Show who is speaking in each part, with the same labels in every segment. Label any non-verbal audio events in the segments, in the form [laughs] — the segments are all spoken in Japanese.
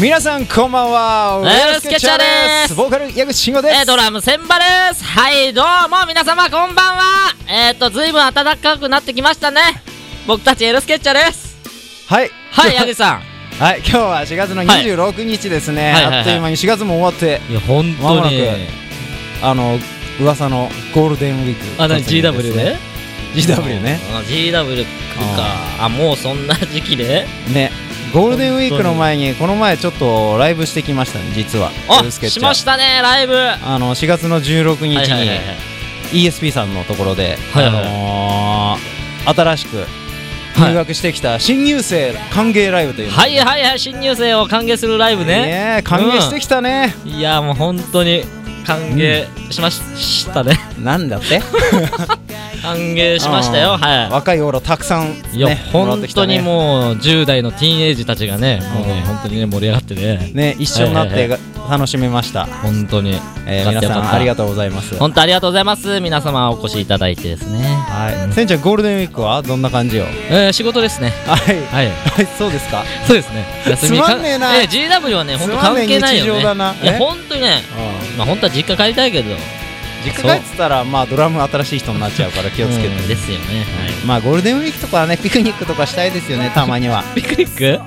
Speaker 1: 皆さんこんばんは
Speaker 2: ウェルスケッチャーです
Speaker 1: ボーカル矢口慎吾です、
Speaker 2: えー、ドラム千葉ですはいどうも皆様こんばんはえっ、ー、とずいぶん暖かくなってきましたね僕たちエルスケッチャーです
Speaker 1: はい
Speaker 2: はい矢口さん
Speaker 1: はい今日は4月の26日ですね、
Speaker 2: はいはいはいはい
Speaker 1: あっという間に4月も終わって
Speaker 2: いや本
Speaker 1: 当にあの噂のゴールデンウィーク
Speaker 2: あ何
Speaker 1: 突入す
Speaker 2: GW ね
Speaker 1: GW ね
Speaker 2: あ GW かあもうそんな時期で
Speaker 1: ねゴールデンウィークの前にこの前ちょっとライブしてきましたね実はウェ
Speaker 2: あ
Speaker 1: ルスケッチ
Speaker 2: し
Speaker 1: ャー
Speaker 2: ましたねライブは
Speaker 1: あの4月の16
Speaker 2: い
Speaker 1: 日
Speaker 2: はいはいは
Speaker 1: に
Speaker 2: い
Speaker 1: ESP さんのところで、
Speaker 2: はいはいはい
Speaker 1: あのー新しく
Speaker 2: はい
Speaker 1: 入学してきた新入生歓迎ライブというのを
Speaker 2: はいはいはい新入生を歓迎するライブね
Speaker 1: ねえ歓迎してきたね、
Speaker 2: いやもう本当に歓迎しましたね
Speaker 1: なんだって
Speaker 2: 歓迎しましたよ
Speaker 1: あー
Speaker 2: は
Speaker 1: 若いオーラたくさん、ね、
Speaker 2: いいや、
Speaker 1: もらっ
Speaker 2: 本
Speaker 1: てき
Speaker 2: 当
Speaker 1: たね
Speaker 2: にもう10代のティーンエイジたちがね、もう
Speaker 1: うん
Speaker 2: ね本当にね盛り上がってね
Speaker 1: ね一緒になっ
Speaker 2: はい
Speaker 1: て楽しめました、
Speaker 2: 本当に
Speaker 1: えー
Speaker 2: よかっ
Speaker 1: 皆
Speaker 2: た
Speaker 1: さ
Speaker 2: よか
Speaker 1: ん
Speaker 2: った
Speaker 1: ありがとうございます
Speaker 2: 本当ありがとうございます皆様お越しいただいてですね
Speaker 1: はい、せんちゃんゴールデンウィークはどんな感じよ
Speaker 2: えー仕事ですね
Speaker 1: はい
Speaker 2: はい
Speaker 1: はい [laughs] そうですか
Speaker 2: そうですね休み
Speaker 1: つまんねえな
Speaker 2: えー GW はね本当
Speaker 1: つまんねえ
Speaker 2: 関係ないよね
Speaker 1: 日常だない
Speaker 2: や
Speaker 1: え
Speaker 2: 本当にねまあ本当は実家帰りたいけど
Speaker 1: 実家帰ってたらまあドラム新しい人になっちゃうから気をつけて、
Speaker 2: うんですよね
Speaker 1: まあゴールデンウィークとかはねピクニックとかしたいですよねたまには
Speaker 2: はいピクニック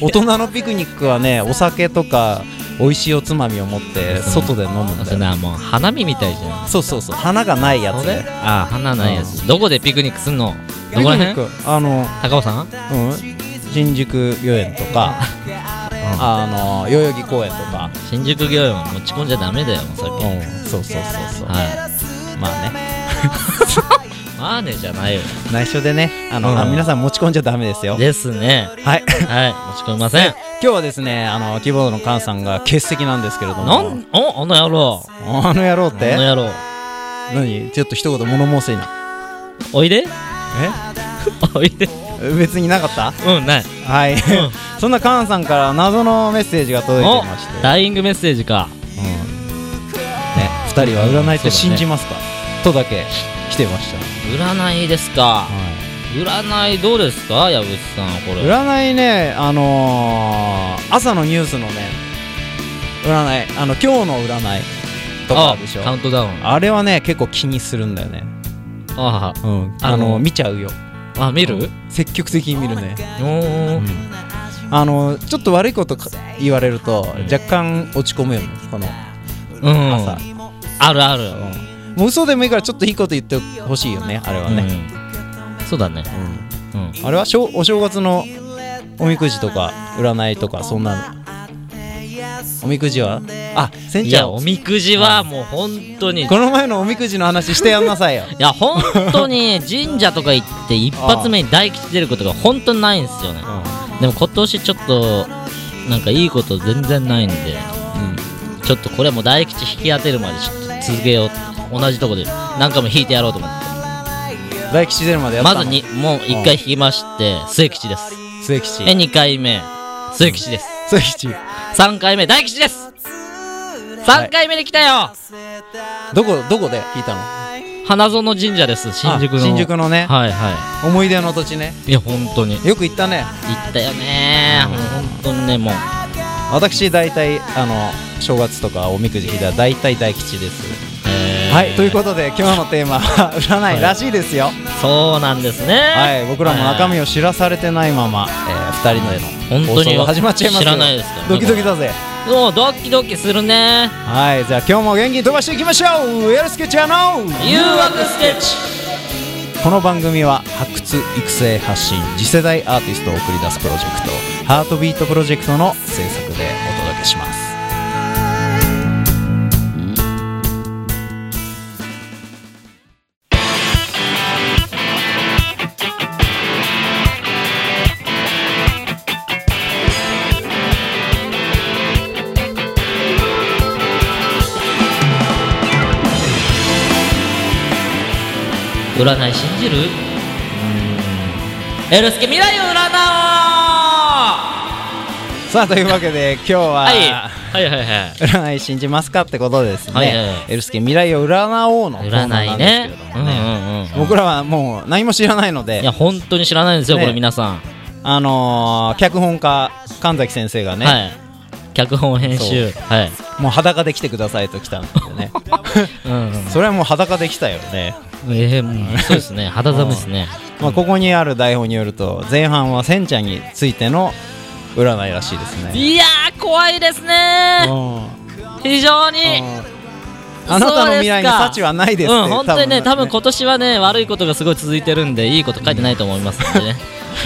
Speaker 1: 大人のピクニックはねお酒とか美味しいおつまみを持って外で飲むんだ
Speaker 2: それ
Speaker 1: よ
Speaker 2: なもう花見みたいじゃん
Speaker 1: そうそうそう花がないやつ
Speaker 2: それ
Speaker 1: ね
Speaker 2: あー花ないやつどこでピクニックすんのど
Speaker 1: ピク
Speaker 2: こら
Speaker 1: ニッ
Speaker 2: 辺
Speaker 1: クあの、
Speaker 2: 高尾さん
Speaker 1: うん、新宿御苑とか、あの代々木公園とか、
Speaker 2: 新宿御苑持ち込んじゃダメだよお酒
Speaker 1: う
Speaker 2: は
Speaker 1: ん、そうそうそうそう
Speaker 2: い
Speaker 1: まあね
Speaker 2: マーネじゃないよ
Speaker 1: 内緒でねあの、
Speaker 2: うん
Speaker 1: あ皆さん持ち込んじゃダメですよ
Speaker 2: ですね
Speaker 1: はい
Speaker 2: はい持ち込みません
Speaker 1: 今日はですねあのキーボードの菅さんが欠席なんですけれども
Speaker 2: なんおあの野郎
Speaker 1: あの野郎っ
Speaker 2: あの
Speaker 1: て
Speaker 2: 野郎
Speaker 1: 何ちょっと一言物申せいな
Speaker 2: おいでおいで
Speaker 1: え別になかった
Speaker 2: うんない
Speaker 1: はい、
Speaker 2: ん
Speaker 1: [laughs] そんなカーンさんから謎のメッセージが届い
Speaker 2: お
Speaker 1: てまして、うんね、
Speaker 2: ダイイングメッセージか
Speaker 1: 2人は占いっ
Speaker 2: そうだね
Speaker 1: て信じますか、とだけ来てました、
Speaker 2: 占いですか占いどうですか矢口さんこれ
Speaker 1: 占いねあのー、朝のニュースのね占いあの今日の占いとかあるでしょ
Speaker 2: カウントダウンあ
Speaker 1: あれはね結構気にするんだよね
Speaker 2: あ
Speaker 1: うん
Speaker 2: あの
Speaker 1: あの見ちゃうよ
Speaker 2: あ見る
Speaker 1: 積極的に見るね
Speaker 2: おー
Speaker 1: あのちょっと悪いことか言われると若干落ち込むよねその
Speaker 2: うん
Speaker 1: 朝、
Speaker 2: あるある
Speaker 1: うんもう嘘でもいいからちょっといいこと言ってほしいよねあれはね、
Speaker 2: うんそうだねうん
Speaker 1: あれはしょうお正月のおみくじとか占いとかそんなのおみくじはあせん
Speaker 2: い
Speaker 1: ちゃ
Speaker 2: や
Speaker 1: ん
Speaker 2: おみくじはもう本当に
Speaker 1: この前のおみくじの話してやんなさいよ
Speaker 2: いや本当に神社とか行って一発目に大吉出ることが本当にないんですよね
Speaker 1: うん、
Speaker 2: でも今年ちょっとなんかいいこと全然ないんでちょっとこれはもう大吉引き当てるまでちょっと続けよう同じとこで何回も引いてやろうと思って
Speaker 1: 大吉出るまでやったの
Speaker 2: まずにもう1回引きまして末吉です
Speaker 1: 末吉
Speaker 2: え2回目末吉です
Speaker 1: 末吉
Speaker 2: 3回目大吉です3回目で来たよ、
Speaker 1: どこどこで聞いたの
Speaker 2: 花園神社です新宿の
Speaker 1: あ新宿のね
Speaker 2: はいは
Speaker 1: 思い出の土地ね
Speaker 2: いいや本当に行
Speaker 1: よく行ったね
Speaker 2: ったよねもう本当にねもう
Speaker 1: 私大体あの正月とかおみくじ引いたら大体大吉です
Speaker 2: えー
Speaker 1: はいということで今日のテーマは占いらしいですよ
Speaker 2: そうなんですね
Speaker 1: はい、僕らも中身
Speaker 2: を
Speaker 1: を知らされてないまま、えー、2人の
Speaker 2: 本
Speaker 1: 放
Speaker 2: 当に
Speaker 1: 送が始まっちゃいますよ
Speaker 2: 知らないですからね
Speaker 1: ドキドキだぜ
Speaker 2: もうドキドキするね
Speaker 1: はいじゃあ今日も元気に飛ばしていきましょうエルスケチャーの
Speaker 2: 誘惑スケッチ
Speaker 1: この番組は発掘育成発信次世代アーティストを送り出すプロジェクト「ハートビートプロジェクト」の制作でお届けします
Speaker 2: 占い信じるエルスケ未来を占おうは
Speaker 1: さあというわけで今日は、
Speaker 2: いはいはいはい
Speaker 1: 占い信じますかってことでですね、
Speaker 2: はいはいはい
Speaker 1: エルスケ未来を占おうのコーナーな
Speaker 2: 占い
Speaker 1: んですけれ
Speaker 2: ね
Speaker 1: ど
Speaker 2: う
Speaker 1: も
Speaker 2: ん
Speaker 1: ね
Speaker 2: うんうん
Speaker 1: 僕らはもう何も知らないので
Speaker 2: いや本当に知らないんですよ、
Speaker 1: ね
Speaker 2: これ皆さん
Speaker 1: あのー脚本家神崎先生がね、
Speaker 2: はい脚本編集はい
Speaker 1: もう裸で来てくださいと来たんでね [laughs]
Speaker 2: うんうん
Speaker 1: それはもう裸で来たよね、
Speaker 2: ええも
Speaker 1: [laughs]
Speaker 2: うそうですね肌寒いですね
Speaker 1: まあ、ここにある台本によると前半はせんちゃんについての占いらしいですね
Speaker 2: いやー怖いです
Speaker 1: う
Speaker 2: ね
Speaker 1: ん
Speaker 2: 非常に
Speaker 1: あなたの未来に幸はないですって
Speaker 2: うん本当にね多分
Speaker 1: こ
Speaker 2: 今年はね悪いことがすごい続いてるんでいいこと書いてないと思いますん
Speaker 1: [laughs]
Speaker 2: でね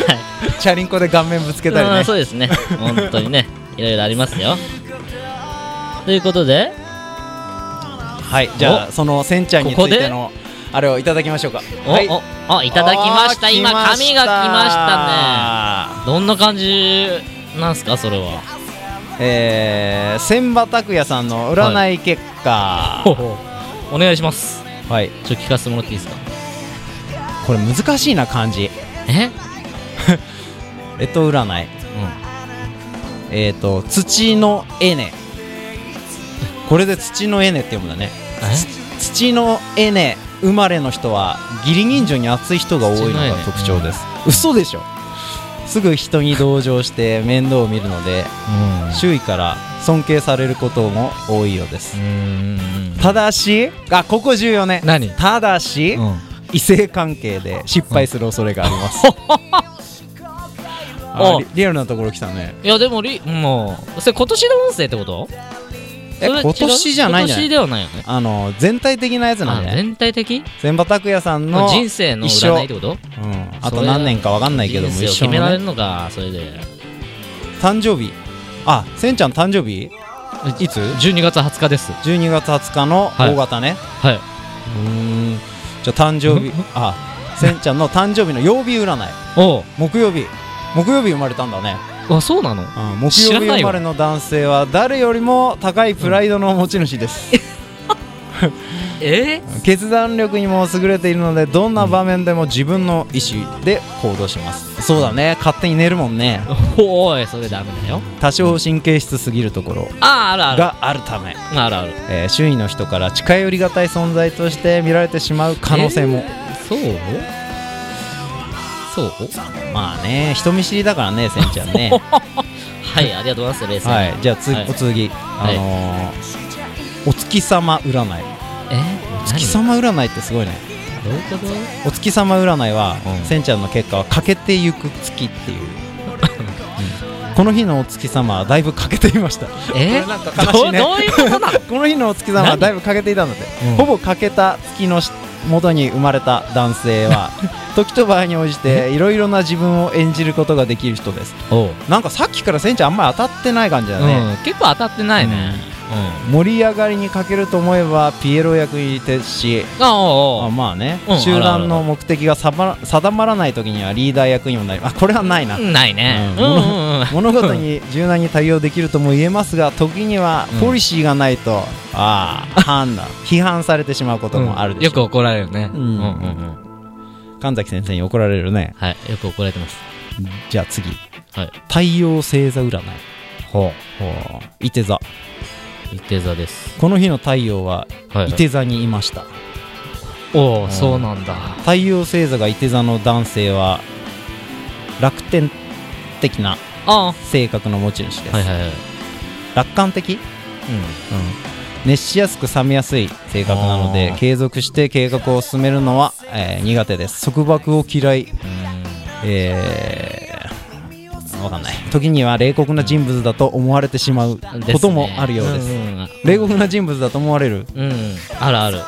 Speaker 2: はい
Speaker 1: チャリンコで顔面ぶつけたり
Speaker 2: うん
Speaker 1: ね
Speaker 2: そうですね本当にねいろいろありますよということで
Speaker 1: はいじゃあそのせんちゃんについてのあれをいただきましょうか
Speaker 2: お、
Speaker 1: はい
Speaker 2: おあいただきました
Speaker 1: あー
Speaker 2: 今
Speaker 1: 来ました
Speaker 2: 紙が来ましたねどんな感じなんすかそれは
Speaker 1: えー千葉拓也さんの占い結果
Speaker 2: ほうほうお願いします
Speaker 1: はい
Speaker 2: ちょっと聞かせてもらっていいですか
Speaker 1: これ難しいな漢字
Speaker 2: えうん
Speaker 1: えっと占いえっと土のエネこれで土のエネって読むんだね土のエネ生まれの人は義理人情に熱い人が多いのが特徴です嘘でしょすぐ人に同情して面倒を見るので
Speaker 2: え
Speaker 1: 周囲から尊敬されることも多いようです
Speaker 2: うんうん
Speaker 1: ただしあここ重要ね
Speaker 2: 何
Speaker 1: ただし、
Speaker 2: うん
Speaker 1: 異性関係で失敗する恐れがあります、
Speaker 2: [laughs]
Speaker 1: あリリアルなところ来たね
Speaker 2: いやでもりもうそれ今年の音声ってこと
Speaker 1: え
Speaker 2: それ違う
Speaker 1: 今年じゃないんじゃな
Speaker 2: 今年
Speaker 1: い
Speaker 2: ではないよね
Speaker 1: あの全体的なやつなん
Speaker 2: あ
Speaker 1: でね
Speaker 2: 全体的
Speaker 1: 千葉拓也さんの
Speaker 2: 人生の占いってこと
Speaker 1: うん、あと何年か分かんないけども
Speaker 2: 人生
Speaker 1: 一
Speaker 2: を
Speaker 1: 生
Speaker 2: 決め
Speaker 1: の
Speaker 2: ら
Speaker 1: ね、
Speaker 2: れるのかそれで
Speaker 1: 誕生日あせんちゃん誕生日いつ
Speaker 2: 12月20日です
Speaker 1: 12月20日の
Speaker 2: はい
Speaker 1: 大型ね、
Speaker 2: はいう
Speaker 1: ーんじゃあ誕生日あせんちゃんの誕生日の曜日占い
Speaker 2: お
Speaker 1: 木曜日木曜日生まれたんだね
Speaker 2: うあそうなの
Speaker 1: あ木
Speaker 2: 知
Speaker 1: 曜
Speaker 2: ら
Speaker 1: 日
Speaker 2: ないわ
Speaker 1: 生まれの男性は誰よりも高いプライドの持ち主です、
Speaker 2: え
Speaker 1: 決断力にも優れているのでどんな場面でも自分の意思で行動しますそうだね勝手に寝るもんね
Speaker 2: おいそれダメだよ
Speaker 1: 多少神経質すぎるところ
Speaker 2: ああるある
Speaker 1: があるため、
Speaker 2: あるある
Speaker 1: えー周囲の人から近寄りがたい存在として見られてしまう可能性も、
Speaker 2: そうそう
Speaker 1: まあね人見知りだからねせんちゃん [laughs] ね
Speaker 2: はいありがとうございます冷静に
Speaker 1: はいじゃあつ、
Speaker 2: はい
Speaker 1: お次、
Speaker 2: い
Speaker 1: あのーお月様占い
Speaker 2: え
Speaker 1: お月様占いってすごいね
Speaker 2: 何どういうこと
Speaker 1: お月様占いは、
Speaker 2: うん
Speaker 1: せんちゃんの結果は欠けてゆく月っていう、 [laughs] うんこの日のお月様はだいぶ欠けていました [laughs]
Speaker 2: え
Speaker 1: これなんか悲しいね
Speaker 2: どどういうことな
Speaker 1: [laughs]
Speaker 2: の
Speaker 1: この日のお月様はだいぶ欠けていたので、
Speaker 2: うん
Speaker 1: ほぼ欠けた月のし元に生まれた男性
Speaker 2: [laughs]
Speaker 1: は時と場合に応じていろいろな自分を演じることができる人です
Speaker 2: おう
Speaker 1: なんかさっきからせんちゃんあんまり当たってない感じだね、
Speaker 2: うん結構当たってないね
Speaker 1: 盛り上がりに欠けると思えばピエロ役に徹し
Speaker 2: うんあおうお
Speaker 1: あ
Speaker 2: う
Speaker 1: まあね、
Speaker 2: うん
Speaker 1: 集
Speaker 2: あるある
Speaker 1: 団の目的が定まら定まらない時にはリーダー役にもなりあこれはないな、
Speaker 2: ないね
Speaker 1: う
Speaker 2: うんんうんうん
Speaker 1: 物事に柔軟に対応できるとも言えますが時には
Speaker 2: うん
Speaker 1: ポリシーがないと、ああ判断批判されてしまうこともあるで
Speaker 2: よ
Speaker 1: し
Speaker 2: く
Speaker 1: ょう、
Speaker 2: 怒られるね
Speaker 1: う
Speaker 2: うんんうんうん
Speaker 1: 神崎先生に怒られるね
Speaker 2: はいよく怒られてます
Speaker 1: じゃあ次
Speaker 2: はい
Speaker 1: 太陽星座占い
Speaker 2: ほ
Speaker 1: ほういて座
Speaker 2: う一定座です
Speaker 1: この日の太陽は
Speaker 2: はい
Speaker 1: いて座にいました、
Speaker 2: おお
Speaker 1: そ
Speaker 2: そううなんだ
Speaker 1: 太陽星座がいて座の男性は楽天的な
Speaker 2: あ
Speaker 1: 性格の持ち主です、
Speaker 2: はいはいはいうん
Speaker 1: 楽観的熱しやすく冷めやすい性格なので
Speaker 2: あー
Speaker 1: 継続して計画を進めるのは、えー苦手です束縛を嫌いえー、わかんない時には冷酷な人物だと思われてしまうこともあるようです
Speaker 2: ん
Speaker 1: 冷酷な人物だと思われる
Speaker 2: うん、うんあるある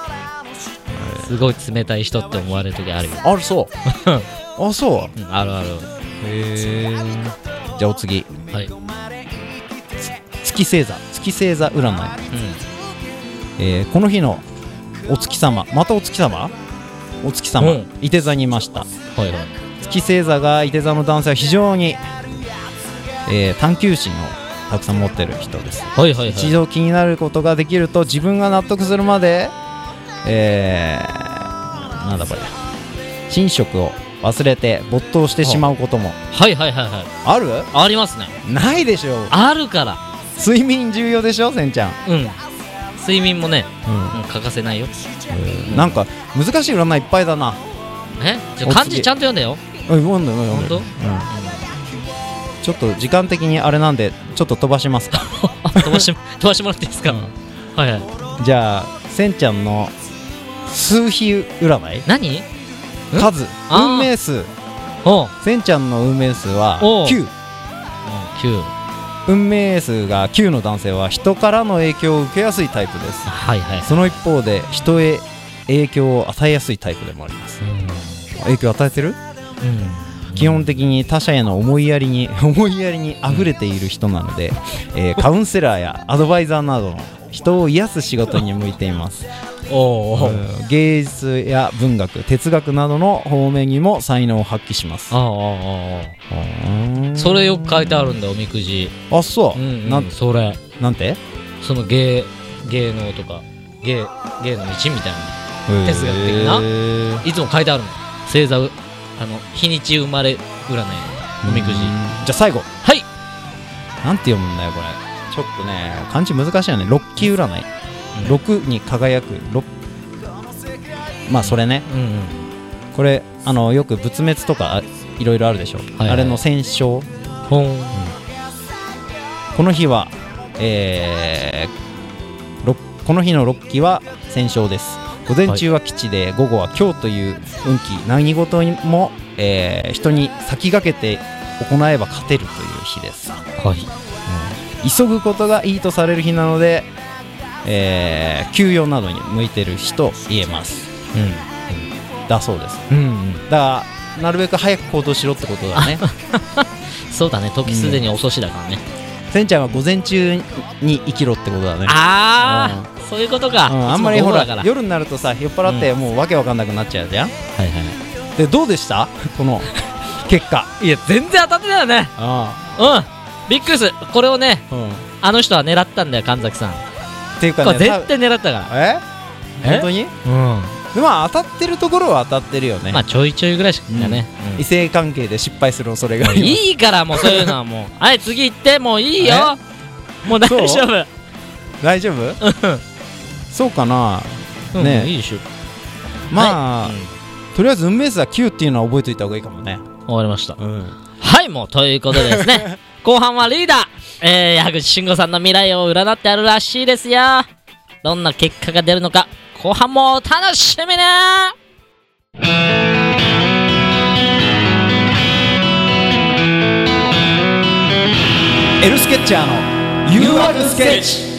Speaker 2: すごい冷たい人って思われる時あるよ、
Speaker 1: あるそう [laughs] あそ
Speaker 2: うん、あるある
Speaker 1: うへえじゃあお次
Speaker 2: はい、うん、
Speaker 1: 月星座月星座占いえーこの日のお月様またお月様お月
Speaker 2: う
Speaker 1: 様
Speaker 2: ん
Speaker 1: いて座にいました
Speaker 2: はいはい
Speaker 1: 月星座がいて座の男性は非常に、えー探求心をたくさん持ってる人です
Speaker 2: はいはいはい
Speaker 1: 一度気になることができると自分が納得するまでえー、なんだこれ寝食を忘れて没頭してしまうことも
Speaker 2: はいはいはいはい
Speaker 1: ある
Speaker 2: ありますね
Speaker 1: ないでしょ
Speaker 2: あるから
Speaker 1: 睡眠重要でしょせんちゃん、
Speaker 2: うん睡眠もね、うん、欠かせないよ
Speaker 1: なんか難しい占いいっぱいだな
Speaker 2: えじゃあ漢字ちゃんと読んだよ
Speaker 1: うん読んだ読んだ
Speaker 2: 本当
Speaker 1: うんちょっと時間的にあれなんでちょっと飛ばしますか
Speaker 2: あ飛ばして [laughs] 飛ばしてもらっていいですか、
Speaker 1: うん
Speaker 2: はいはい
Speaker 1: じゃあせんちゃんの数比占い
Speaker 2: 何ん
Speaker 1: 数
Speaker 2: あー
Speaker 1: 運命数
Speaker 2: おう
Speaker 1: せんちゃんの運命数は
Speaker 2: おう
Speaker 1: 9
Speaker 2: 9
Speaker 1: 運命数が9の男性は人からの影響を受けやすいタイプです
Speaker 2: はいはい
Speaker 1: その一方で人へ影響を与えやすいタイプでもあります影響与えてる
Speaker 2: うん、うん、
Speaker 1: 基本的に他者への思いやりに [laughs] 思いやりに溢れている人なので、えーカウンセラーやアドバイザーなどの人を癒す仕事に向いています、
Speaker 2: おうおう
Speaker 1: うん芸術や文学哲学などの方面にも才能を発揮します
Speaker 2: あああああ
Speaker 1: うん
Speaker 2: あそれよく書いてあるんだよおみくじ
Speaker 1: あそうう、
Speaker 2: ん、うん、
Speaker 1: なん
Speaker 2: それ
Speaker 1: なんて
Speaker 2: その芸芸能とか芸芸の道みたいな哲学的な
Speaker 1: へー
Speaker 2: いつも書いてあるの星座うあの日にち生まれ占いおみくじ
Speaker 1: うんじゃあ最後
Speaker 2: はい
Speaker 1: なんて読むんだよこれちょっとね漢字難しいよね六期占い六に輝く六まあそれね
Speaker 2: うんうん
Speaker 1: これあのよく仏滅とかあいろいろあるでしょ、
Speaker 2: はい
Speaker 1: あれの戦勝
Speaker 2: ほん
Speaker 1: この日はえー六この日の六期は戦勝です午前中は吉で、午後は今日という運気何事にも、えー人に先駆けて行えば勝てるという日です
Speaker 2: はい
Speaker 1: 急ぐことがいいとされる日なので、えー休養などに向いてる日と言えますだそうです
Speaker 2: うんうんうん
Speaker 1: だからなるべく早く行動しろってことだね
Speaker 2: そうだね時すでに遅しだからね、
Speaker 1: せんちゃんは午前中に生きろってことだね
Speaker 2: ああそういうことか、
Speaker 1: うんあんまりほ
Speaker 2: いつも午後だからら
Speaker 1: 夜になるとさ酔っ払ってもうわけわかんなくなっちゃうじゃん、
Speaker 2: はいはい
Speaker 1: でどうでした [laughs] この結果
Speaker 2: いや全然当たってたよね
Speaker 1: あ
Speaker 2: [laughs] うんビックスこれをね
Speaker 1: あ、うん、っ
Speaker 2: あの人は狙ったんだよ神崎さん
Speaker 1: ていうか
Speaker 2: こ
Speaker 1: ね
Speaker 2: れ絶対狙ったか
Speaker 1: さえ
Speaker 2: え
Speaker 1: 本当に
Speaker 2: らうん
Speaker 1: でまあ当たってるところは当たってるよね、
Speaker 2: まあちょいちょいぐらいしかね、うん
Speaker 1: 異性関係で失敗する恐れがあります
Speaker 2: いいからもうそういうのはもうはい次行ってもういいよもう大丈
Speaker 1: そう
Speaker 2: 夫
Speaker 1: 大丈夫そうかな
Speaker 2: うん
Speaker 1: ねえ
Speaker 2: うんいいでしょ
Speaker 1: まあ、
Speaker 2: はいうん
Speaker 1: とりあえず運命数は9っていうのは覚えておいた方がいいかもね
Speaker 2: 終わりました
Speaker 1: うん
Speaker 2: はいもうということでですね後半はリーダー、えー、矢口慎吾さんの未来を占ってあるらしいですよどんな結果が出るのか後半もお楽しみね
Speaker 1: エルスケッチャーの誘惑スケッチ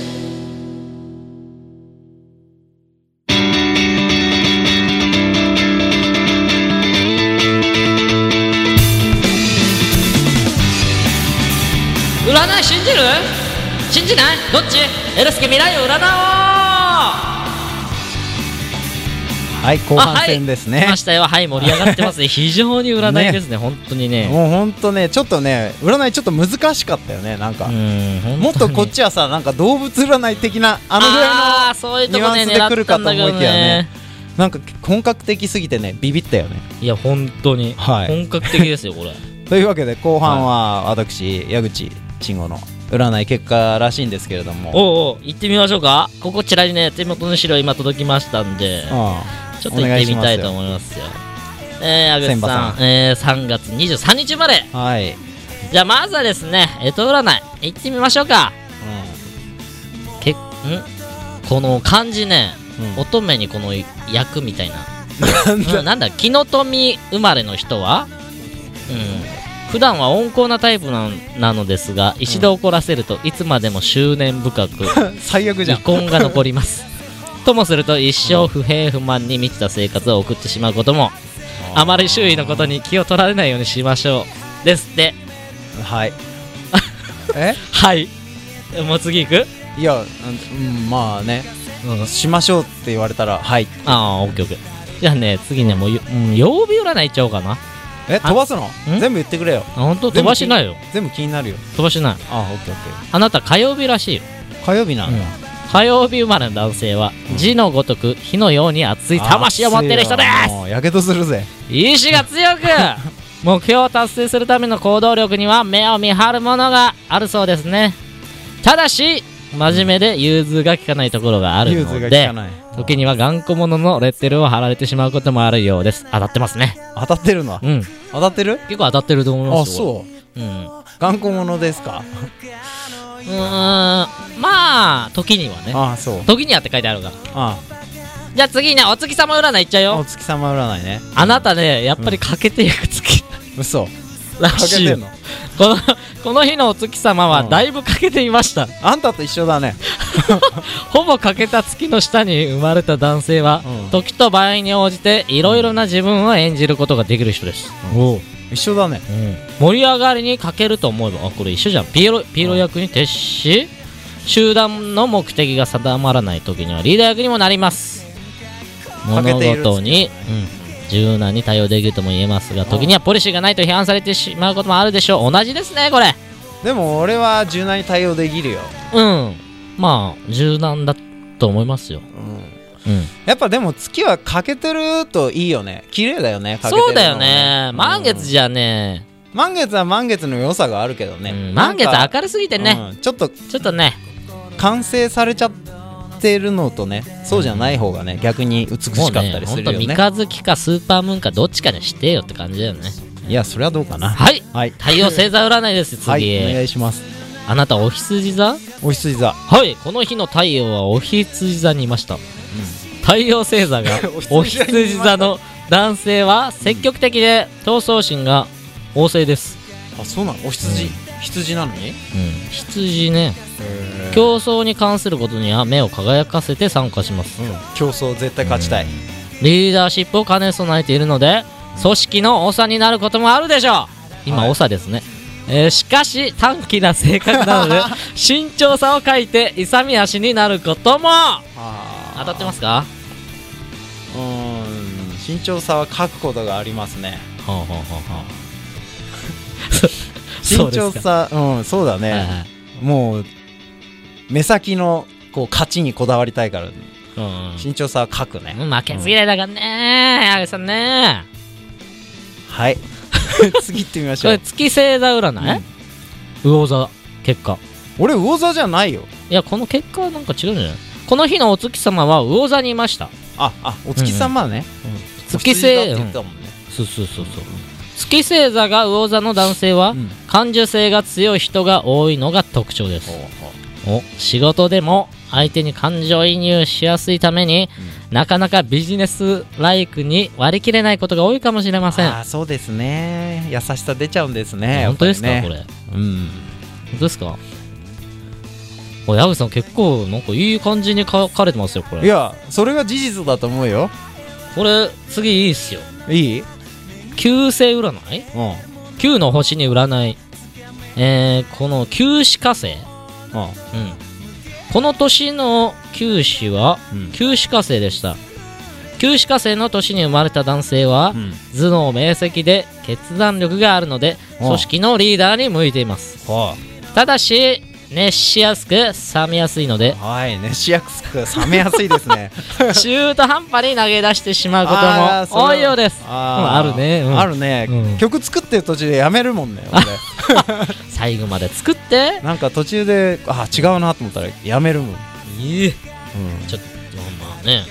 Speaker 2: 占い信じる信じないどっちエルスケ未来を占おう
Speaker 1: はい後半戦です
Speaker 2: あはい、
Speaker 1: ね
Speaker 2: 来ま、したよはい盛り上がって
Speaker 1: [laughs]
Speaker 2: ますね非常に占いですね本当にね
Speaker 1: もうほんとねちょっとね占いちょっと難しかったよねなんか、
Speaker 2: うん
Speaker 1: もっとこっ
Speaker 2: ち
Speaker 1: ちはさなんか動物占い的なあ
Speaker 2: あ
Speaker 1: のぐらい
Speaker 2: ーそういうとこね
Speaker 1: ニュアンスで来
Speaker 2: 狙
Speaker 1: る
Speaker 2: った
Speaker 1: か
Speaker 2: ん
Speaker 1: と
Speaker 2: だけ
Speaker 1: 思い
Speaker 2: ど
Speaker 1: きやね
Speaker 2: ね
Speaker 1: のなんか本格的すぎてねビビったよね
Speaker 2: いや本当に、
Speaker 1: はい
Speaker 2: 本格的ですよこれ
Speaker 1: [laughs] というわけで後半は私矢口慎吾の占い結果らしいんですけれども
Speaker 2: おうおう行ってみましょうかここちらにね手元の資料今届きましたんで
Speaker 1: う
Speaker 2: ちょっと行ってみたいと思いますよえー、矢口
Speaker 1: 千
Speaker 2: さ
Speaker 1: 葉
Speaker 2: んえー、3月23日生まれ
Speaker 1: んはい、うん
Speaker 2: じゃあまずはですねえと占い行ってみましょうかけんこの漢字ね
Speaker 1: うん
Speaker 2: 乙女にこの役みたいな
Speaker 1: なんだ
Speaker 2: うん、なんだ木の富生まれの人は、うん、普段は温厚なタイプなんなのですが一度怒らせるといつまでも執念深く
Speaker 1: 最 [laughs] 悪じゃ
Speaker 2: 離
Speaker 1: ん
Speaker 2: 婚が残りますともすると一生不平不満に満ちた生活を送ってしまうこともあまり周囲のことに気を取られないようにしましょうですって
Speaker 1: はいえ
Speaker 2: はいもう次行く
Speaker 1: いや、うんうん、まあね
Speaker 2: うん
Speaker 1: しましょうって言われたらはい
Speaker 2: ああオッケーオッケーじゃあね次ねもうよ、うん、曜日占い行っちゃおうかなあ
Speaker 1: え飛ばすの
Speaker 2: ん
Speaker 1: 全部言ってくれよ
Speaker 2: 本当飛ばしないよ
Speaker 1: 全部気になるよ
Speaker 2: 飛ばしない
Speaker 1: あオッケーオッケー
Speaker 2: あなた火曜日らしいよ
Speaker 1: 火曜日なんだ、
Speaker 2: 火曜日生まれの男性は字のごとく火のように熱い魂を持っている人で
Speaker 1: 熱いよもうやけどするぜ
Speaker 2: す意志
Speaker 1: [laughs]
Speaker 2: が強く目標を達成するための行動力には目を見張るものがあるそうですねただし真面目で融通が利かないところがある
Speaker 1: 融
Speaker 2: の
Speaker 1: 通が利
Speaker 2: で
Speaker 1: かない
Speaker 2: 時には頑固者のレッテルを貼られてしまうこともあるようです当たってますね
Speaker 1: 当たってるの
Speaker 2: うん
Speaker 1: 当たってる
Speaker 2: 結構当たってると思いま
Speaker 1: あ
Speaker 2: すよ
Speaker 1: そう
Speaker 2: うん
Speaker 1: 頑固者ですか
Speaker 2: うーんまあ時にはね
Speaker 1: ああそう
Speaker 2: 時にはって書いてあるが
Speaker 1: あ
Speaker 2: じゃあ次ねお月様占いいっちゃう
Speaker 1: あお
Speaker 2: よ
Speaker 1: 月様占いね
Speaker 2: あなたねやっぱり欠けていく月
Speaker 1: 嘘
Speaker 2: ら
Speaker 1: かけ
Speaker 2: しい
Speaker 1: て
Speaker 2: よ
Speaker 1: んの
Speaker 2: このこの日のお月様は
Speaker 1: うん
Speaker 2: だいぶ欠けていました、
Speaker 1: あんたと一緒だね
Speaker 2: ほぼ欠けた月の下に生まれた男性は、
Speaker 1: うん
Speaker 2: 時と場合に応じていろいろな自分を演じることができる人です、
Speaker 1: お一緒だね
Speaker 2: 盛り上がりに欠けると思えばあこれ一緒じゃんピエロピエロ役に徹し集団の目的が定まらない時にはリーダー役にもなります
Speaker 1: 欠け
Speaker 2: 物
Speaker 1: ている
Speaker 2: 事に、うん柔軟に対応できるとも言えますが時にはポリシーがないと批判されてしまうこともあるでしょう同じですねこれ
Speaker 1: でも俺は柔軟に対応できるよ、
Speaker 2: うんまあ柔軟だと思いますよ、
Speaker 1: うん、
Speaker 2: うん、
Speaker 1: やっぱでも月は欠けてるといいよね綺麗だよね欠けてるの
Speaker 2: そうだよね満月じゃね、
Speaker 1: うん満月は満月の良さがあるけどね、
Speaker 2: うん満月
Speaker 1: なんか
Speaker 2: 明るすぎてね、
Speaker 1: うんちょっと
Speaker 2: ちょっとね
Speaker 1: 完成されちゃってるのとねそうじゃない方がね逆に美しか
Speaker 2: も
Speaker 1: っ
Speaker 2: うね
Speaker 1: たりす
Speaker 2: ほん
Speaker 1: る
Speaker 2: と
Speaker 1: よね
Speaker 2: 三日月かスーパームーンかどっちかにしてよって感じだよね
Speaker 1: いやそれはどうかな
Speaker 2: はい
Speaker 1: はい
Speaker 2: 太陽星座占いです次、
Speaker 1: はいお願いします
Speaker 2: あなたお羊座
Speaker 1: おひつじ座
Speaker 2: はいこの日の太陽はお羊座にいました、太陽星座がお
Speaker 1: [laughs] お羊座にいま
Speaker 2: 羊
Speaker 1: した
Speaker 2: 座の男性は積極的で闘争心が旺盛です、
Speaker 1: あそうなのおひつじ羊なのに
Speaker 2: うん、羊ね
Speaker 1: へー
Speaker 2: 競争に関することには目を輝かせて参加します
Speaker 1: うん競争絶対勝ちたい
Speaker 2: リーダーシップを兼ね備えているので組織の長になることもあるでしょう今、
Speaker 1: はい
Speaker 2: 長ですね、えーしかし短気な性格なの [laughs] で慎重さを欠いて勇み足になることも
Speaker 1: あ
Speaker 2: 当たってますか
Speaker 1: うーん慎重さは書くことがありますね
Speaker 2: ほうほうほうほうそ [laughs]
Speaker 1: 慎
Speaker 2: うで
Speaker 1: 重
Speaker 2: す
Speaker 1: さ
Speaker 2: か
Speaker 1: うんそうだ
Speaker 2: はい
Speaker 1: ね
Speaker 2: はい
Speaker 1: もう目先のこう勝ちにこだわりたいから
Speaker 2: うん
Speaker 1: 慎重さは書くね
Speaker 2: うん負けず嫌いだからね矢部さんね
Speaker 1: はい [laughs] 次行ってみまし
Speaker 2: こ
Speaker 1: ょ
Speaker 2: れ
Speaker 1: う
Speaker 2: 月星座占い、魚座結果
Speaker 1: 俺魚座じゃないよ
Speaker 2: いやこの結果はなんか違うんじゃないこの日のお月様は魚座にいました
Speaker 1: ああお月様ねお
Speaker 2: 月
Speaker 1: 羊
Speaker 2: 星
Speaker 1: 座って言ってたもんね
Speaker 2: そうそうそうそう月星座が魚座の男性は、
Speaker 1: うん
Speaker 2: 感受性が強い人が多いのが特徴ですお仕事でも相手に感情移入しやすいために、なかなかビジネスライクに割り切れないことが多いかもしれません
Speaker 1: あーそうですね優しさ出ちゃうんですね
Speaker 2: 本当ですか、
Speaker 1: やっぱ
Speaker 2: こ
Speaker 1: りね
Speaker 2: れ
Speaker 1: うん
Speaker 2: 本当ですかお矢口さん結構なんかいい感じに書かれてますよこ
Speaker 1: い
Speaker 2: れ
Speaker 1: やそれが事実だと思うよ
Speaker 2: これ次いいっすよ
Speaker 1: いい
Speaker 2: 旧星占い
Speaker 1: うんうん
Speaker 2: 旧の星に占いえー、この旧歯科星うん、この年の九死は
Speaker 1: うん
Speaker 2: 九死火星でした九死火星の年に生まれた男性は、
Speaker 1: うん
Speaker 2: 頭脳明晰で決断力があるので
Speaker 1: うん
Speaker 2: 組織のリーダーに向いています
Speaker 1: は
Speaker 2: ただし熱しやすく冷めやすいの
Speaker 1: [laughs]
Speaker 2: で
Speaker 1: いねしやすく冷めやすいですね
Speaker 2: 中途半端に投げ出してしまう
Speaker 1: [laughs] あー
Speaker 2: こと
Speaker 1: それ
Speaker 2: も
Speaker 1: は
Speaker 2: 多いようです
Speaker 1: あー
Speaker 2: うんあるねうん
Speaker 1: あるね、
Speaker 2: うん
Speaker 1: 曲作ってる途中でやめる [laughs] もんね俺
Speaker 2: 最後まで作って
Speaker 1: なんか途中であ違うなと思ったらやめるもん、うん
Speaker 2: いいちょっとまあね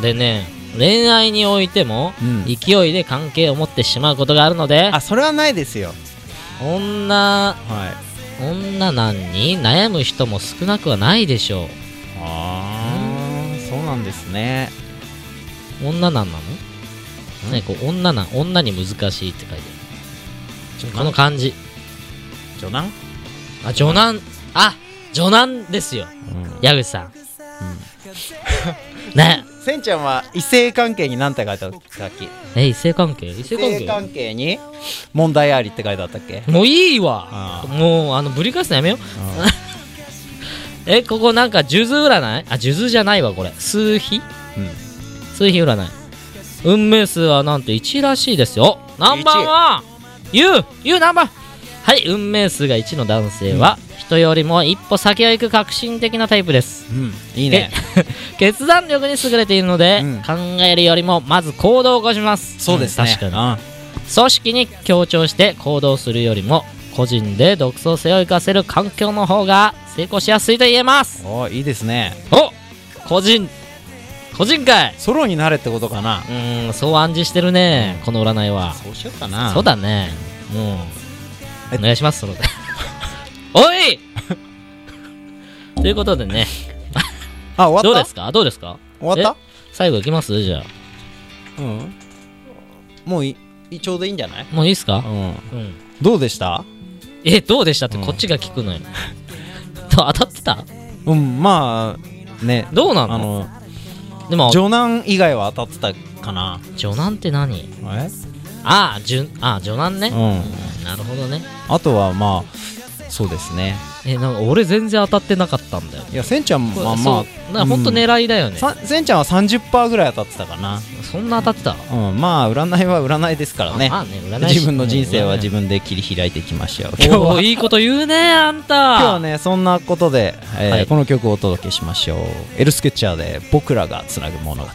Speaker 2: でね恋愛においても、
Speaker 1: うん
Speaker 2: 勢いで関係を持ってしまうことがあるので
Speaker 1: あそれはないですよは
Speaker 2: 女
Speaker 1: い
Speaker 2: 女なんに悩む人も少なくはないでしょ
Speaker 1: ああそうなんですね
Speaker 2: う女なんなのねこう女なん女に難しいって書いてあるこの漢字
Speaker 1: 女男、
Speaker 2: あ女男あ女男ですよ矢口さん、 [laughs] ね
Speaker 1: せんちゃんは異性関係に何て書いてあったっけ
Speaker 2: え異性関係異性
Speaker 1: 異性
Speaker 2: 関
Speaker 1: 関係に問題ありって書いてあったっけ
Speaker 2: 係もういいわ
Speaker 1: あー
Speaker 2: もうあのぶり返すのやめようえここなんか数珠占いあ数珠じゃないわこれ数比
Speaker 1: うん
Speaker 2: 数比占い運命数はなんと1らしいですよナンバーは YOU! YOU ナンバーはい運命数が1の男性は、人よりも一歩先を行く革新的なタイプです
Speaker 1: うんいいね
Speaker 2: け決断力に優れているので、
Speaker 1: うん
Speaker 2: 考えるよりもまず行動を起こします
Speaker 1: そうです
Speaker 2: ん
Speaker 1: ね、
Speaker 2: 確かに組織に協調して行動するよりも個人で独創性を生かせる環境の方が成功しやすいと言えます
Speaker 1: うんおいいですね
Speaker 2: お個人個人会
Speaker 1: ソロになれってことかな
Speaker 2: うーんそう暗示してるねこの占いは
Speaker 1: そうしようかな
Speaker 2: そうだねもお願いしますその [laughs] おいということでね
Speaker 1: あ終
Speaker 2: どう
Speaker 1: わった
Speaker 2: ですかどうですか
Speaker 1: 終わっ
Speaker 2: 最後いきますじゃあ
Speaker 1: たうんもういいちょうどいいんじゃない
Speaker 2: もういいですか
Speaker 1: うん
Speaker 2: うん
Speaker 1: どうでした
Speaker 2: えどうでしたって
Speaker 1: うん
Speaker 2: こっちが聞くのよ、と当たってた
Speaker 1: うんまあね
Speaker 2: どうなの
Speaker 1: あの
Speaker 2: でも
Speaker 1: ジョナン以外は当たってたかな
Speaker 2: 女男って何
Speaker 1: え
Speaker 2: ああじゅあ女男ね、
Speaker 1: うん
Speaker 2: なるほどね
Speaker 1: あとはまあそうですね
Speaker 2: えなんか俺全然当たってなかったんだよ
Speaker 1: いやせんちゃん
Speaker 2: こ
Speaker 1: ま
Speaker 2: れ
Speaker 1: あ
Speaker 2: そ
Speaker 1: ま
Speaker 2: うなんかほんと狙いだよ
Speaker 1: あ
Speaker 2: ね、
Speaker 1: させんちゃんは30%ぐらい当たってたかな
Speaker 2: そんな当たってた
Speaker 1: うんまあ占いは [laughs] 占いですからね
Speaker 2: あまあね占い師
Speaker 1: 自分の人生は自
Speaker 2: 分
Speaker 1: 分で切り開いていきましょう今日
Speaker 2: 今
Speaker 1: は
Speaker 2: 日いいこと言うねあんた
Speaker 1: 今日はねそんなことで、えー
Speaker 2: はい
Speaker 1: この曲をお届けしましょうエルスケッチャーで僕らがつなぐ物語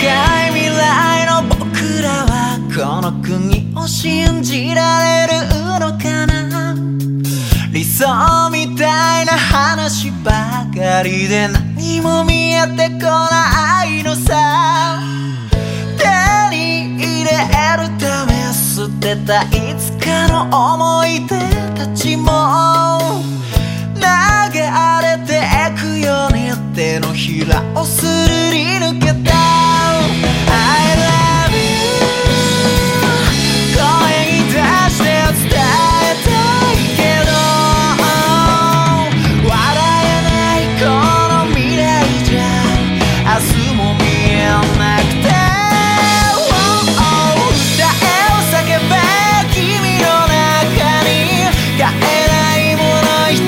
Speaker 3: 近い未来の僕らはこの国を信じられるのかな理想みたいな話ばかりで何も見えてこないのさ手に入れるため捨てたいつかの思い出たちも流れてくように手のひらをするり抜けた I love you 声に出して伝えたいけど笑えないこの未来じゃ明日も見えなくて Oh, oh 歌えを叫べ君の中に変えないもの一つ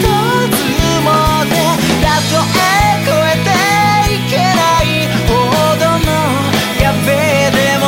Speaker 3: もでたとえ超えていけないほどの壁でも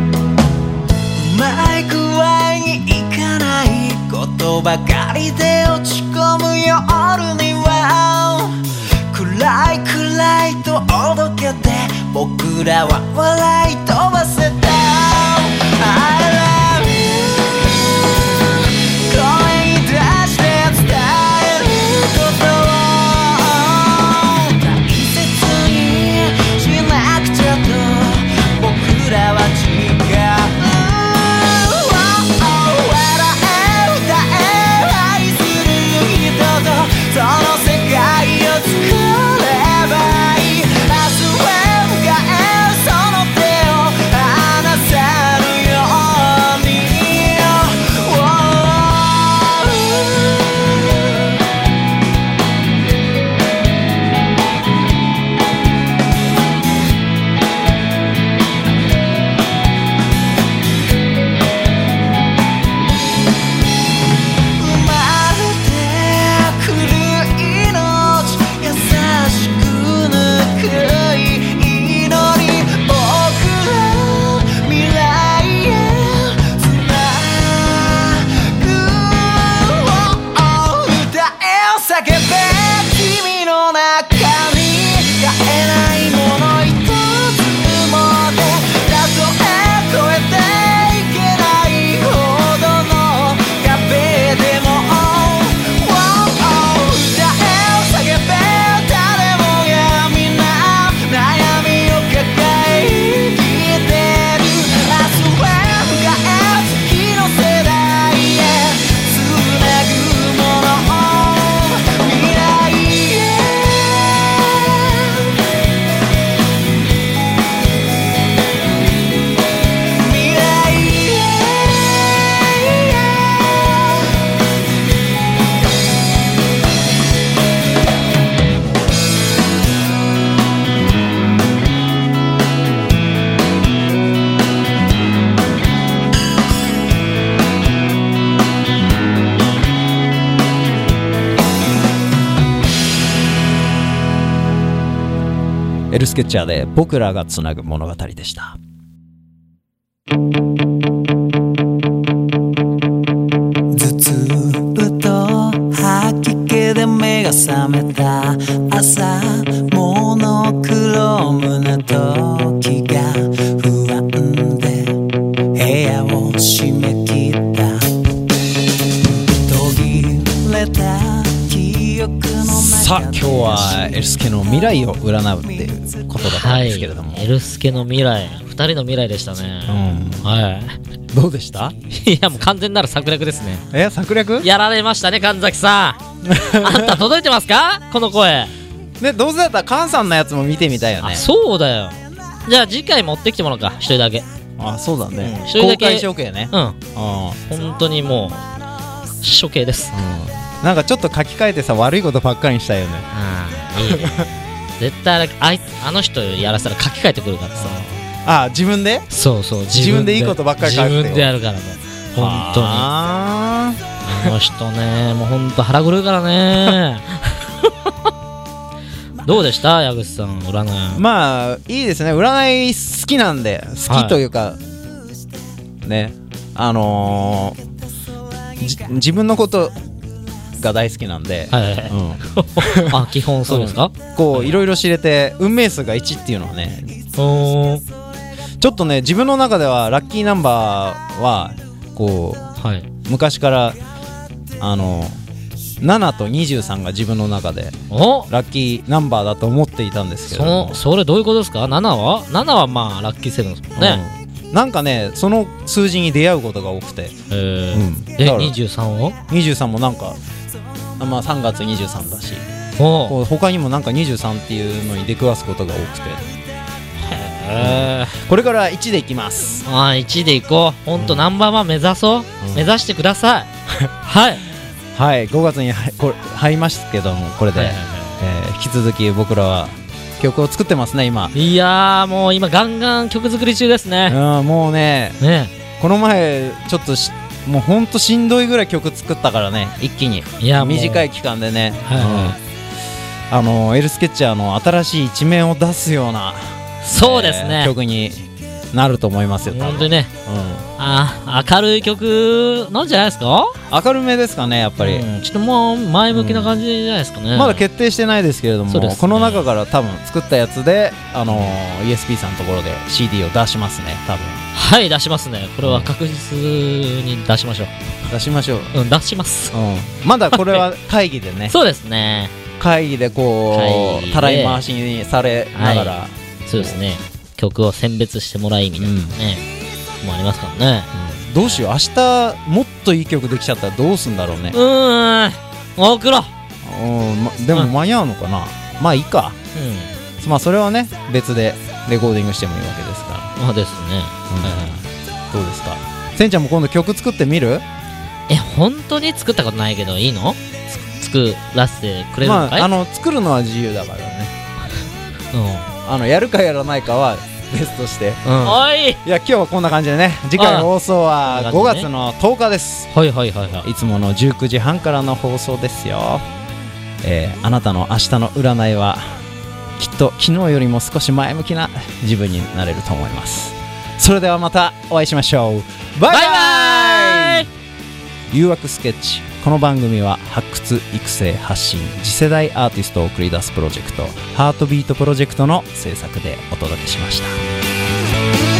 Speaker 3: うまい具合にいかないことばかりで落ち込む夜には暗い暗いとおどけて僕らは笑い飛ばせた I love you 声に出して伝えることを大切にしなくちゃと僕らは違う Oh, oh, 笑え歌え愛する人とその世界を作ればいい明日へ迎えその手を
Speaker 1: エルスケッチャーで僕らがつなぐ物語でした
Speaker 3: 頭痛と吐き気で目が覚めた朝モノクロームな時が不安で部屋を閉め切った途切れた記憶の中
Speaker 1: さあ今日はエルスケの未来を占うっていうことだったんですけれども、
Speaker 2: エルスケの未来二人の未来でしたね、は
Speaker 1: どうでした
Speaker 2: いいやもう完全なる策略ですね
Speaker 1: え策略
Speaker 2: やられましたね神崎さ
Speaker 1: [laughs]
Speaker 2: んあんた届いてますかこの声、
Speaker 1: ねどうせだったらカンさんのやつも見てみたいよね
Speaker 2: あそうだよじゃあ次回持ってきてもらおうか一人だけ
Speaker 1: あそうだね
Speaker 2: 一人だけ
Speaker 1: 公開処刑ね
Speaker 2: うん本
Speaker 1: うん
Speaker 2: 当にもう処刑です
Speaker 1: なんかちょっと書き換えてさ悪いことばっかりにしたいよね
Speaker 2: ああいいね [laughs] 絶対あれあいあの人やらせたら書き換えてくるからさ
Speaker 1: あ自分で
Speaker 2: そうそう
Speaker 1: 自分でいいことばっかり書くってよ
Speaker 2: 自分でやるからね本当にあ
Speaker 1: あ
Speaker 2: の人ねもう本当腹黒いから
Speaker 1: [laughs]
Speaker 2: ねどうでした矢口さん占
Speaker 1: ー
Speaker 2: い
Speaker 1: まあいいですね占い好きなんで好きというか、ねあのーじ自分のことが大好きなんで、
Speaker 2: はいはいはい
Speaker 1: うん、
Speaker 2: あ基本そうですか
Speaker 1: こういろいろ知れて運命数が1っていうのはね
Speaker 2: おー
Speaker 1: ちょっとね自分の中ではラッキーナンバーはこう
Speaker 2: はい
Speaker 1: 昔からあの7と23が自分の中で
Speaker 2: お
Speaker 1: ラッキーナンバーだと思っていたんですけれ
Speaker 2: そ
Speaker 1: ども
Speaker 2: のそれどういうことですか7は ?7 はまあラッキーセブンですもんね、
Speaker 1: うんなんかねその数字に出会うことが多くて、
Speaker 2: えー
Speaker 1: うんだ
Speaker 2: で
Speaker 1: から
Speaker 2: 23を
Speaker 1: 23もなんか、あまあ、3月23だし
Speaker 2: お
Speaker 1: こう他にもなんか23っていうのに出くわすことが多くて
Speaker 2: えー
Speaker 1: これから1でいきます
Speaker 2: ああ1でいこうほんとナンバーワン目指そう、
Speaker 1: うん
Speaker 2: 目指してく
Speaker 1: [laughs]
Speaker 2: ださいはい
Speaker 1: はい5月にはこれ入りましたけどもこれで、
Speaker 2: はいはい
Speaker 1: えー引き続き僕らは曲を作ってますね今
Speaker 2: [laughs] いやーもう今ガンガン曲作り中ですね、
Speaker 1: うんもうね
Speaker 2: ね
Speaker 1: この前ちょっとしもうほんとしんどいぐらい曲作ったからね一気に
Speaker 2: いやもう
Speaker 1: 短い期間でね、
Speaker 2: はいは
Speaker 1: うんあのエルスケッチャーの新しい一面を出すような
Speaker 2: そうですね
Speaker 1: えー、曲になると思いますよ多分
Speaker 2: 本当にね
Speaker 1: う
Speaker 2: あー明るい曲なんじゃないですか
Speaker 1: ん、明るめですかねやっぱり、
Speaker 2: うんちょっともう前向きな感じじゃないですかね、
Speaker 1: まだ決定してないですけれども、
Speaker 2: そうですね
Speaker 1: この中から多分作ったやつで、あのー ESP さんのところで CD を出しますね多分
Speaker 2: はい出しますねこれは確実に出しましょ
Speaker 1: 出しましょう、
Speaker 2: ううん出します
Speaker 1: うん、まだこれは会議でね
Speaker 2: そうですね
Speaker 1: 会議でこ
Speaker 2: 会議
Speaker 1: う
Speaker 2: で
Speaker 1: たらい回しにされながら、
Speaker 2: そうですね曲を選別してもらいみたいなね、もありますからね
Speaker 1: どうしよう明日もっといい曲できちゃったらどうすんだろうね
Speaker 2: う、ーん送ろう、
Speaker 1: うんまでも間に合うのかな、まあいいか
Speaker 2: う
Speaker 1: まあそれはね別でレコーディングしてもいいわけですか
Speaker 2: んまあですね、
Speaker 1: ら、うんどうですかせんちゃんも今度曲作ってみる
Speaker 2: え本当に作ったことないけどいいのつ作らせてくれる
Speaker 1: ま
Speaker 2: のかい、
Speaker 1: ああの作るのは自由だからね
Speaker 2: う
Speaker 1: あのやるかやらないかは別として
Speaker 2: ん、おい
Speaker 1: いや今日はこんな感じでね次回の放送
Speaker 2: あ
Speaker 1: は
Speaker 2: あ
Speaker 1: 5月の10日です
Speaker 2: はいはいはいはい
Speaker 1: いつもの19時半からの放送ですよ、えーあなたの明日の占いはきっと昨日よりも少し前向きな自分になれると思いますそれではまたお会いしましょうバイバ
Speaker 2: バ
Speaker 1: イ
Speaker 2: イバイ
Speaker 1: 誘惑スケッチこの番組は発掘育成発信次世代アーティストを送り出すプロジェクトハートビートプロジェクトの制作でお届けしました
Speaker 3: 「